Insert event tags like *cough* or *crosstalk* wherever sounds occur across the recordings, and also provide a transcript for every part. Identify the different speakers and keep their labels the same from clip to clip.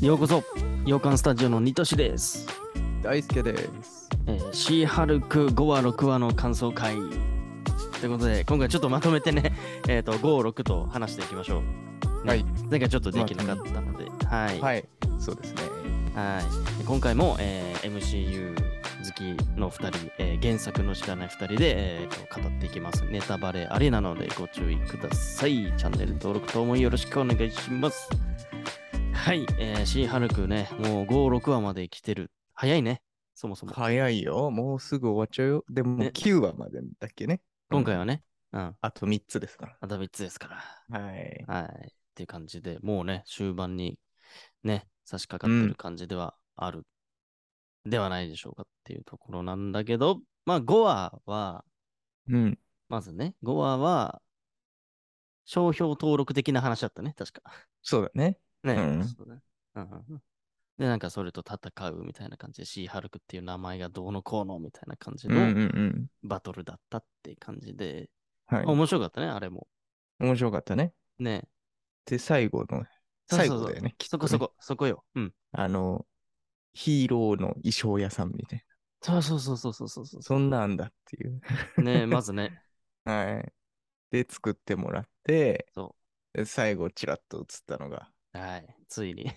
Speaker 1: ようこそ洋館スタジオのニトシです、
Speaker 2: 大輔です。
Speaker 1: えー、シーハルク5話6話の感想会ということで今回ちょっとまとめてね、 *laughs* えー、と56と話していきましょう、ね
Speaker 2: はい
Speaker 1: 前回ちょっとできなかったので、はい
Speaker 2: はい、そうですね。
Speaker 1: はいで今回も、えー MCU 好きの2人、えー原作の知らない2人で、えーと語っていきますネタバレありなのでご注意くださいチャンネル登録ともよろしくお願いしますはい、えー、シーハルクねもう56話まで来てる早いねそもそも
Speaker 2: 早いよ。もうすぐ終わっちゃうよ。でも
Speaker 1: ね
Speaker 2: 9話までだっけね。
Speaker 1: 今回はね、うん、
Speaker 2: あと3つですか
Speaker 1: あと3つですから。
Speaker 2: ら。はい。
Speaker 1: はい。っていう感じで、もうね、終盤にね、差し掛かって
Speaker 2: う
Speaker 1: る
Speaker 2: ん
Speaker 1: 感じではある、ではないでしょうかっていうところなんだけど、まあ5話は、
Speaker 2: うん。
Speaker 1: まずね、5話は、商標登録的な話だったね、確か。
Speaker 2: そうだね。
Speaker 1: ね。
Speaker 2: うん
Speaker 1: そうだねうんうんうんで、なんかそれと戦うみたいな感じで、シーハルクっていう名前がどうのこうのみたいな感じ
Speaker 2: うんうん
Speaker 1: の
Speaker 2: うん。
Speaker 1: バトルだったっていう感じで、
Speaker 2: はい。
Speaker 1: 面白かったね、あれも。
Speaker 2: 面白かったね。
Speaker 1: ね。
Speaker 2: で、最後の、
Speaker 1: そうそう
Speaker 2: 最
Speaker 1: そう
Speaker 2: 後だよね。きっ
Speaker 1: そ
Speaker 2: と
Speaker 1: こ
Speaker 2: ね
Speaker 1: そ。こ、そこよ。うん。
Speaker 2: あの、ヒーローの衣装屋さんみたい
Speaker 1: そうそうそうそうそうそうそ
Speaker 2: な。そんなんだっていう。
Speaker 1: う。ね
Speaker 2: *laughs*
Speaker 1: まずね。
Speaker 2: はい。で、作ってもらって、
Speaker 1: そ
Speaker 2: で最後、ちらっと映ったのが、
Speaker 1: はい。ついに。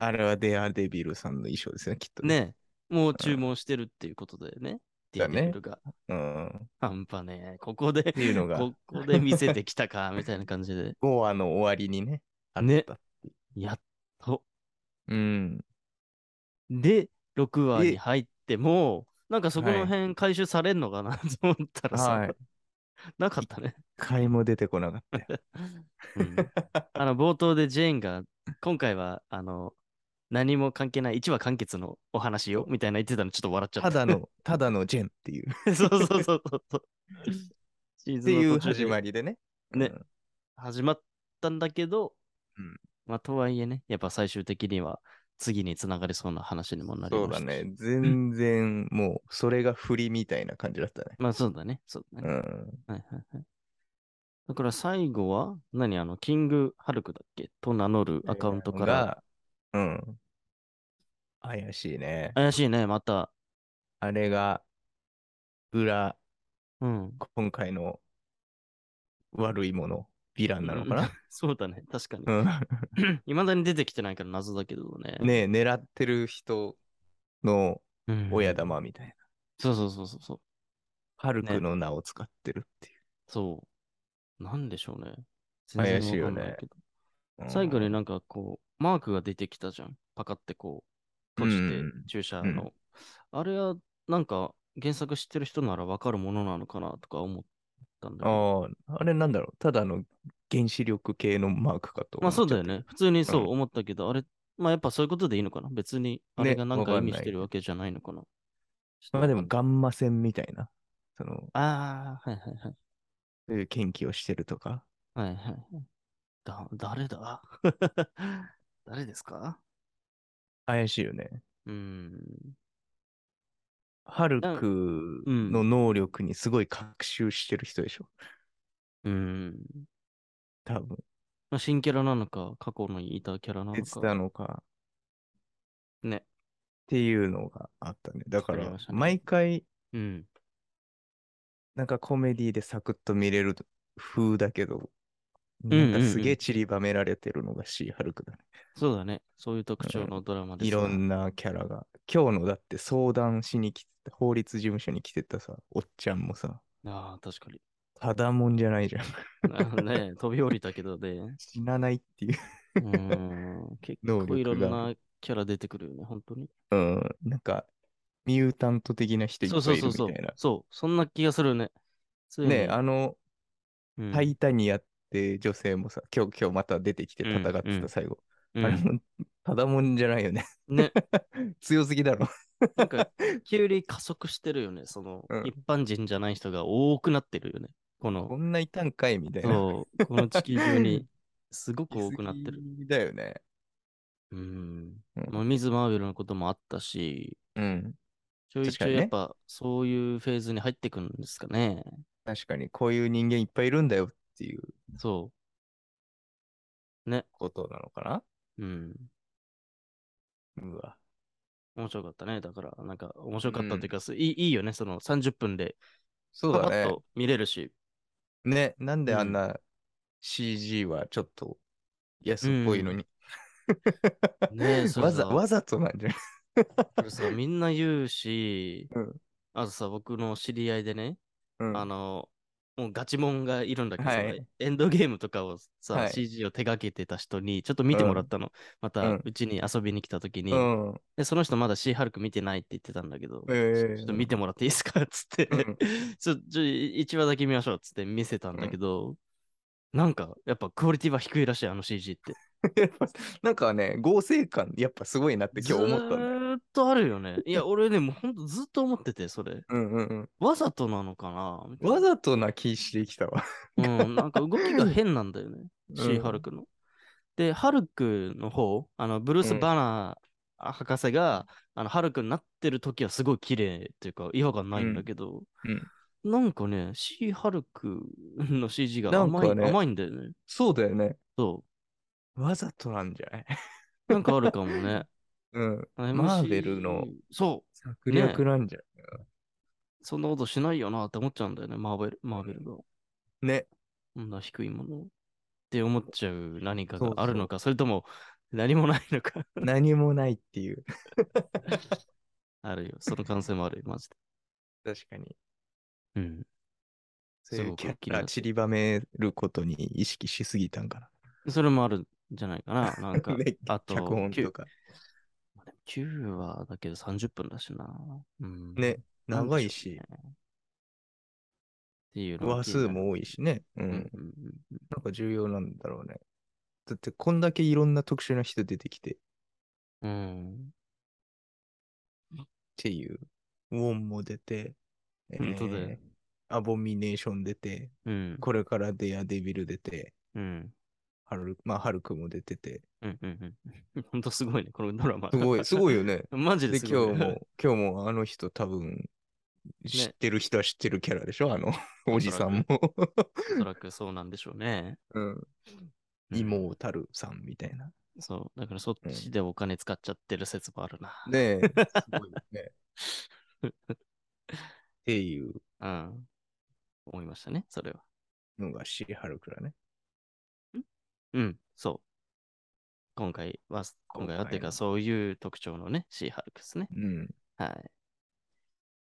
Speaker 2: あれはデアデビルさんの衣装ですよね、きっと。
Speaker 1: ねもう注文してるっていうことだよね。ディ
Speaker 2: だね
Speaker 1: テールが。
Speaker 2: うん。
Speaker 1: 半端ねえ。ここで
Speaker 2: っ、ていうのが、
Speaker 1: ここで見せてきたか、みたいな感じ
Speaker 2: *laughs*
Speaker 1: で。
Speaker 2: 5話の終わりにね、あった。
Speaker 1: ねやっと。
Speaker 2: うん。
Speaker 1: で、6話
Speaker 2: で
Speaker 1: に入っても、なんかそこの辺回収されんのかな *laughs* と思ったらさ、
Speaker 2: はい
Speaker 1: なかったね。
Speaker 2: 一回も出てこなかったよ。
Speaker 1: うん *laughs* あの、冒頭でジェーンが、今回は、あの、何も関係ない、1話完結のお話よ、みたいな言ってたのちょっと笑っちゃった
Speaker 2: た。だの、 *laughs* ただのジェンって
Speaker 1: *laughs*
Speaker 2: いう、
Speaker 1: そうそうそうそう
Speaker 2: *laughs*
Speaker 1: そう。シー
Speaker 2: っ
Speaker 1: ズ
Speaker 2: て
Speaker 1: ン
Speaker 2: い
Speaker 1: の途
Speaker 2: う
Speaker 1: 中で
Speaker 2: 始まりでね。
Speaker 1: ね始まったんだけど、
Speaker 2: うん
Speaker 1: まあ、とはいえね、やっぱ最終的には次につながりそうな話にも
Speaker 2: う
Speaker 1: なんりま
Speaker 2: そ
Speaker 1: した
Speaker 2: うだ
Speaker 1: し
Speaker 2: ね。全然、もう、それが振りみたいな感じだったね。
Speaker 1: まあそうだね。そうだ
Speaker 2: う
Speaker 1: ね。
Speaker 2: ん。
Speaker 1: はいはいはい。だから最後は、何あの、キングハルクだっけと名乗るアカウントから。
Speaker 2: が。うん。怪しいね。
Speaker 1: 怪しいね、また。
Speaker 2: あれが、裏、 *laughs*
Speaker 1: うん。
Speaker 2: 今回の悪いもの、ヴィランなのかな、
Speaker 1: そうだね、確かに。
Speaker 2: うん、
Speaker 1: いまだに出てきてないから謎だけどね。
Speaker 2: ねえ狙ってる人の
Speaker 1: うん
Speaker 2: 親。玉みたいな。
Speaker 1: そうそうそうそうそう。
Speaker 2: ハル
Speaker 1: ね
Speaker 2: クの名を使ってるっていう。
Speaker 1: そう。なんでしょうね。全然
Speaker 2: 怪しいよね
Speaker 1: わかんなけど。
Speaker 2: うん
Speaker 1: 最後になんかこう、マークが出てきたじゃん。パカってこう、閉じ
Speaker 2: うんうんう
Speaker 1: て注射
Speaker 2: うん
Speaker 1: の。あれはなんか原作知ってる人ならわかるものなのかなとか思ったんだけど。
Speaker 2: ああ、あれなんだろう。ただの原子力系のマークかと
Speaker 1: まあ
Speaker 2: 思っちゃ
Speaker 1: そ
Speaker 2: っ
Speaker 1: う
Speaker 2: て
Speaker 1: だよね。普通にそう
Speaker 2: うん
Speaker 1: 思ったけど、あれ、まあやっぱそういうことでいいのかな別にあれがなん
Speaker 2: わ
Speaker 1: か
Speaker 2: か
Speaker 1: 意
Speaker 2: んない
Speaker 1: 味してるわけじゃないのかな、
Speaker 2: まあでも、ガンマ線みたいな、その、
Speaker 1: ああ、はいはいはい。
Speaker 2: そういう研究をしてるとか。
Speaker 1: はいはいはい。だ、誰だ *laughs* 誰ですか
Speaker 2: 怪しいよね。
Speaker 1: うん。
Speaker 2: ハルク
Speaker 1: うん
Speaker 2: の能力にすごい学習してる人でしょ。
Speaker 1: うん。
Speaker 2: 多分。
Speaker 1: まあ、新キャラなのか、過去のいたキャラなの
Speaker 2: 別
Speaker 1: か。
Speaker 2: なのか。
Speaker 1: ね
Speaker 2: っていうのがあったね。だか
Speaker 1: 作り
Speaker 2: ら
Speaker 1: まし、たね
Speaker 2: 毎回、
Speaker 1: うん。
Speaker 2: なんかコメディでサクッと見れる風だけど、
Speaker 1: んう
Speaker 2: なん
Speaker 1: ん
Speaker 2: かすげえ散りばめられてるのがシーハルクだね。
Speaker 1: そうだね。そういう特徴のドラマです
Speaker 2: い
Speaker 1: ね、
Speaker 2: ろんなキャラが。今日のだって相談しに来てた、法律事務所に来てたさ、おっちゃんもさ、
Speaker 1: ああ、確かに。
Speaker 2: ただもんじゃないじゃん。 *laughs*
Speaker 1: なるほど *laughs* ね、飛び降りたけどね。
Speaker 2: 死なないっていう。
Speaker 1: うー
Speaker 2: *laughs*
Speaker 1: ん。結
Speaker 2: 能
Speaker 1: 構いろん
Speaker 2: 力があ
Speaker 1: なキャラ出てくるよね、本当に。
Speaker 2: うん。 *laughs* なんか、ミュータント的な人いっ
Speaker 1: そう
Speaker 2: ぱ
Speaker 1: そ
Speaker 2: いうい
Speaker 1: そ
Speaker 2: る
Speaker 1: う
Speaker 2: み
Speaker 1: そ
Speaker 2: た
Speaker 1: う
Speaker 2: いな。。
Speaker 1: そう、そんな気がするよね。ついに
Speaker 2: ねえあの、
Speaker 1: うん
Speaker 2: タイタニアって女性もさ、今日、今日また出てきて戦っ
Speaker 1: う
Speaker 2: て
Speaker 1: んうん
Speaker 2: た最後。
Speaker 1: うん
Speaker 2: あれも、ただもんじゃないよね。 *laughs*
Speaker 1: ね、
Speaker 2: 強すぎだろ。
Speaker 1: なんか、急に加速してるよね。その、
Speaker 2: うん
Speaker 1: 一般人じゃない人が多くなってるよね。こ
Speaker 2: こ
Speaker 1: の、
Speaker 2: んないたんかいみたいな。
Speaker 1: そう、この地球上
Speaker 2: *laughs*
Speaker 1: に、すごく多くなってる。
Speaker 2: 行き過ぎだよね。
Speaker 1: うん。
Speaker 2: うん
Speaker 1: まあ、ミズ・マーベルのこともあったし、
Speaker 2: うん。
Speaker 1: ちょい
Speaker 2: 確
Speaker 1: ち
Speaker 2: か
Speaker 1: ょい
Speaker 2: にね
Speaker 1: やっぱ、そういうフェーズに入ってくるんですかね。
Speaker 2: 確かに、こういう人間いっぱいいるんだよっていう
Speaker 1: そ
Speaker 2: ことなのかな
Speaker 1: う。うん。
Speaker 2: うわ。
Speaker 1: 面白かったね。だから、なんか面白かったっていうか、すいいいいよね。その30分で、
Speaker 2: そう
Speaker 1: パパ
Speaker 2: だ
Speaker 1: ッ
Speaker 2: ね。
Speaker 1: と見れる
Speaker 2: *laughs*
Speaker 1: し。
Speaker 2: ね、なんであん
Speaker 1: うん
Speaker 2: な CG はちょっと安っぽいのに。
Speaker 1: ねえ、それ
Speaker 2: わ
Speaker 1: さ
Speaker 2: ざわざとなんじゃない
Speaker 1: これさみんな言うし、
Speaker 2: うん
Speaker 1: あとさ、僕の知り合いでね、
Speaker 2: うん
Speaker 1: あの、もうガチモンがいるんだけどさ、
Speaker 2: はい
Speaker 1: エンドゲームとかをさ、
Speaker 2: はい
Speaker 1: CG を手掛けてた人に、ちょっと見てもらったの。ま
Speaker 2: う
Speaker 1: た
Speaker 2: ん、
Speaker 1: うちに遊びに来た時に、
Speaker 2: うん。
Speaker 1: で、その人まだシーハルク見てないって言ってたんだけど、
Speaker 2: ええ
Speaker 1: ちょっと見てもらっていいですかっつって、
Speaker 2: うん
Speaker 1: *laughs*
Speaker 2: *laughs*
Speaker 1: ちょ、ちょ、1話だけ見ましょうっつって見せたんだけど、なんか、やっぱクオリティは低いらしい、あの CG って。
Speaker 2: やっぱなんかね、合成感、やっぱすごいなって今日思ったんだ
Speaker 1: ず
Speaker 2: よ。
Speaker 1: ーっとあるよね。いや、俺ね、もうほんとずっと思ってて、それ。
Speaker 2: うんうん
Speaker 1: わざとなのかなみた
Speaker 2: うん。
Speaker 1: いな
Speaker 2: わざとな気してきたわ。
Speaker 1: うん、なんか動きが変なんだよね。シー・ハルクの。で、ハルクの方、あのブルー
Speaker 2: う
Speaker 1: ス・
Speaker 2: ん
Speaker 1: バナー博士が、あのハルクになってる時はすごい綺麗っていうか、違和感ないんだけど、
Speaker 2: うん
Speaker 1: なんかね、シー・ハルクの CG が
Speaker 2: なん
Speaker 1: 甘い,、
Speaker 2: かね
Speaker 1: 甘いんだよね。
Speaker 2: そうだよね。
Speaker 1: そ。
Speaker 2: わざとなんじゃないう
Speaker 1: なんかあるかも
Speaker 2: *laughs*
Speaker 1: ね。
Speaker 2: うん。
Speaker 1: MC
Speaker 2: マーベルの。
Speaker 1: そ
Speaker 2: 策略なんじゃ
Speaker 1: う。そんなことしないよなって思っちゃうんだよね、マーベルマーベルが。
Speaker 2: ない。ね。
Speaker 1: こんな低いものって思っちゃう何か
Speaker 2: そう
Speaker 1: が
Speaker 2: そう
Speaker 1: あるのか、それとも何もないのか *laughs*
Speaker 2: 何もないっていう。
Speaker 1: あるよ。その可能性もあるよ、マジで。
Speaker 2: 確かに。
Speaker 1: うん。
Speaker 2: そういうキャ
Speaker 1: すごく気にな
Speaker 2: ッ
Speaker 1: って
Speaker 2: チ散りばめることに意識しすぎたんか
Speaker 1: それもあるんじゃないか
Speaker 2: *laughs*
Speaker 1: な。なんか
Speaker 2: な。、ね
Speaker 1: あと
Speaker 2: 脚本
Speaker 1: きゅ
Speaker 2: とか。
Speaker 1: 9話だけど30分だしな。うん。
Speaker 2: ね。
Speaker 1: なんでょうね
Speaker 2: 長いし、
Speaker 1: っていうのが
Speaker 2: 話数も多いしね。う
Speaker 1: 気になんる。。うんうんうん
Speaker 2: なんか重要なんだろうね。だってこんだけいろんな特殊な人出てきてっ
Speaker 1: うん。
Speaker 2: ていう。ウォンも出て、え
Speaker 1: 本当だよ
Speaker 2: アボミネーション出て、
Speaker 1: うん。
Speaker 2: これからデアデビル出て、
Speaker 1: うん。
Speaker 2: ハル,、まあ、ハルクも出てて。
Speaker 1: *laughs* うん。うん。うん。 *laughs* ほんとすごいね、このドラマ。
Speaker 2: す
Speaker 1: *laughs*
Speaker 2: ごい、すごいよね。
Speaker 1: マジ
Speaker 2: で、
Speaker 1: ですごい
Speaker 2: 今
Speaker 1: ね、
Speaker 2: 日も、今日もあの人多分、知ってる人は知ってるキャラでしょ
Speaker 1: *laughs*
Speaker 2: あの、おじさんも。
Speaker 1: おそらくそうなんでしょうね。
Speaker 2: *laughs* うん。
Speaker 1: うん
Speaker 2: イモータルさんみたいな。
Speaker 1: そう。だからそっちでお金使っちゃってる説もあるな。 *laughs*
Speaker 2: ねえ、すごいよね。っていう
Speaker 1: うん。思いましたね、それは。
Speaker 2: のがシーハルクだね。
Speaker 1: うん、そう。今回は、今回はっていう
Speaker 2: 今回
Speaker 1: か、
Speaker 2: は
Speaker 1: そういう特徴のね、シーハルクですね。
Speaker 2: うん。
Speaker 1: はい。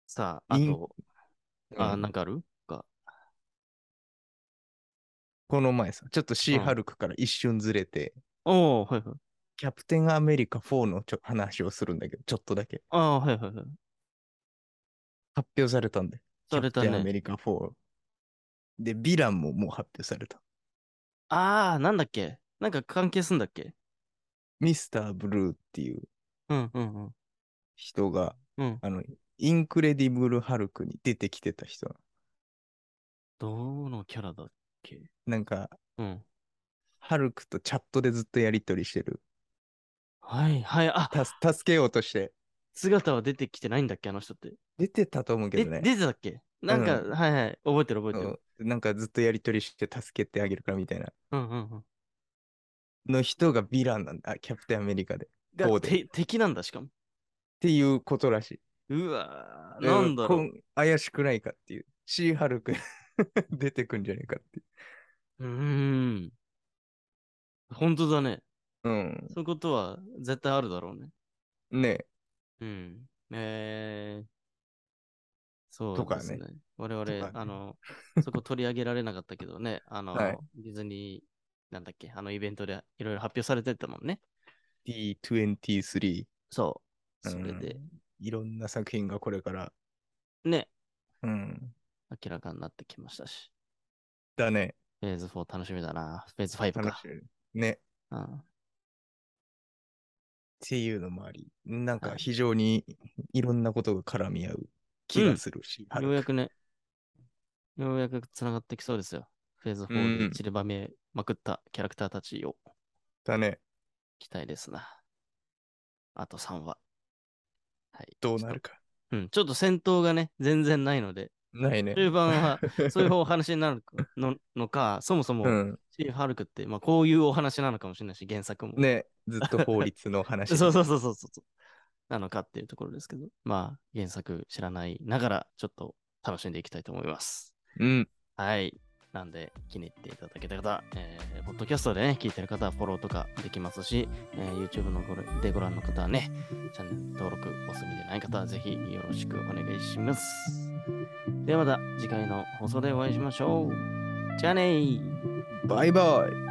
Speaker 1: さあ、あ
Speaker 2: いい
Speaker 1: と、あ、
Speaker 2: うん
Speaker 1: なんかあるか。
Speaker 2: この前さ、ちょっとシ
Speaker 1: う
Speaker 2: ー
Speaker 1: ん
Speaker 2: ハルクから一瞬ずれて、
Speaker 1: おおはいはい。
Speaker 2: キャプテンアメリカ4のちょ話をするんだけど、ちょっとだけ
Speaker 1: ああ、はいはいはい。
Speaker 2: 発表されたんで。
Speaker 1: された
Speaker 2: キャプテンア
Speaker 1: ね。
Speaker 2: メリカ4。で、ヴィランももう発表された。
Speaker 1: ああ、なんだっけなんか関係すんだっけ
Speaker 2: ミスターブルーっていう
Speaker 1: うんうんうん。
Speaker 2: 人が、
Speaker 1: うん。
Speaker 2: あの、インクレディブル・ハルクに出てきてた人なの。
Speaker 1: どのキャラだっけ
Speaker 2: なんか、
Speaker 1: うん。
Speaker 2: ハルクとチャットでずっとやりとりしてる。
Speaker 1: はいはい。あ、
Speaker 2: たす助けようとして。
Speaker 1: 姿は出てきてないんだっけあの人って。
Speaker 2: 出てたと思うけ
Speaker 1: で
Speaker 2: どね。
Speaker 1: 出てたっけなんか、
Speaker 2: う
Speaker 1: はいはい。覚えてる覚えてる。
Speaker 2: うんなんかずっとやりとりして助けてあげるからみたいな。
Speaker 1: うんうんうん。
Speaker 2: の人がヴィランなんだ。あキャプテンアメリカで。っ
Speaker 1: が
Speaker 2: そうで
Speaker 1: て敵なんだ、しかも。
Speaker 2: ていうことらしい。
Speaker 1: うわーなんだろう
Speaker 2: こ。怪しくないかっていう。シーハルク *laughs* 出てくんじゃねえかっていう。
Speaker 1: うーん。本当だね。
Speaker 2: うん。
Speaker 1: そういうことは絶対あるだろうね。
Speaker 2: ねえ。
Speaker 1: うん。えー。そう
Speaker 2: とか
Speaker 1: で
Speaker 2: ね
Speaker 1: すね。我々、
Speaker 2: とかね
Speaker 1: あの、そこ取り上げられなかったけどね、 *laughs* あの、
Speaker 2: はい
Speaker 1: ディズニー、なんだっけ、あのイベントでいろいろ発表されてたもんね。
Speaker 2: D23。
Speaker 1: そう。
Speaker 2: うん
Speaker 1: それで、
Speaker 2: いろんな作品がこれから。
Speaker 1: ね、
Speaker 2: うん。
Speaker 1: 明らかになってきましたし。
Speaker 2: だね。
Speaker 1: フェーズ4楽しみだな。フェーズ5
Speaker 2: 楽
Speaker 1: か
Speaker 2: し。み。ね。っ
Speaker 1: うん、
Speaker 2: ていうのもあり、なん
Speaker 1: は
Speaker 2: か
Speaker 1: い
Speaker 2: 非常にいろんなことが絡み合う気がするし。ハル
Speaker 1: よう
Speaker 2: ク
Speaker 1: やくね、ようやく繋がってきそうですよ。フェーズ
Speaker 2: う
Speaker 1: 4で
Speaker 2: ん
Speaker 1: 散りばめまくったキャラクターたちを
Speaker 2: だね。
Speaker 1: 期待ですな。あと3話。はい。
Speaker 2: どうなるか。
Speaker 1: うん、ちょっと戦闘がね、全然ないので、
Speaker 2: ないね。 *laughs*
Speaker 1: 中盤はそういうお話になるののか、そもそも
Speaker 2: うん。
Speaker 1: し、ハルクって、まあ、こういうお話なのかもしれないし、原作も。
Speaker 2: ね、ずっと法律の話。
Speaker 1: そうそうそうそうそう。なのかっていうところですけど、まあ、原作知らないながら、ちょっと楽しんでいきたいと思います。
Speaker 2: うん。
Speaker 1: はい。なんで、気に入っていただけた方、えー、ポッドキャストでね、聞いてる方はフォローとかできますし、えー YouTube のごろでご覧の方はね、チャンネル登録お済みでない方はぜひよろしくお願いします。ではまた次回の放送でお会いしましょう。じゃあねー。
Speaker 2: バイバイ。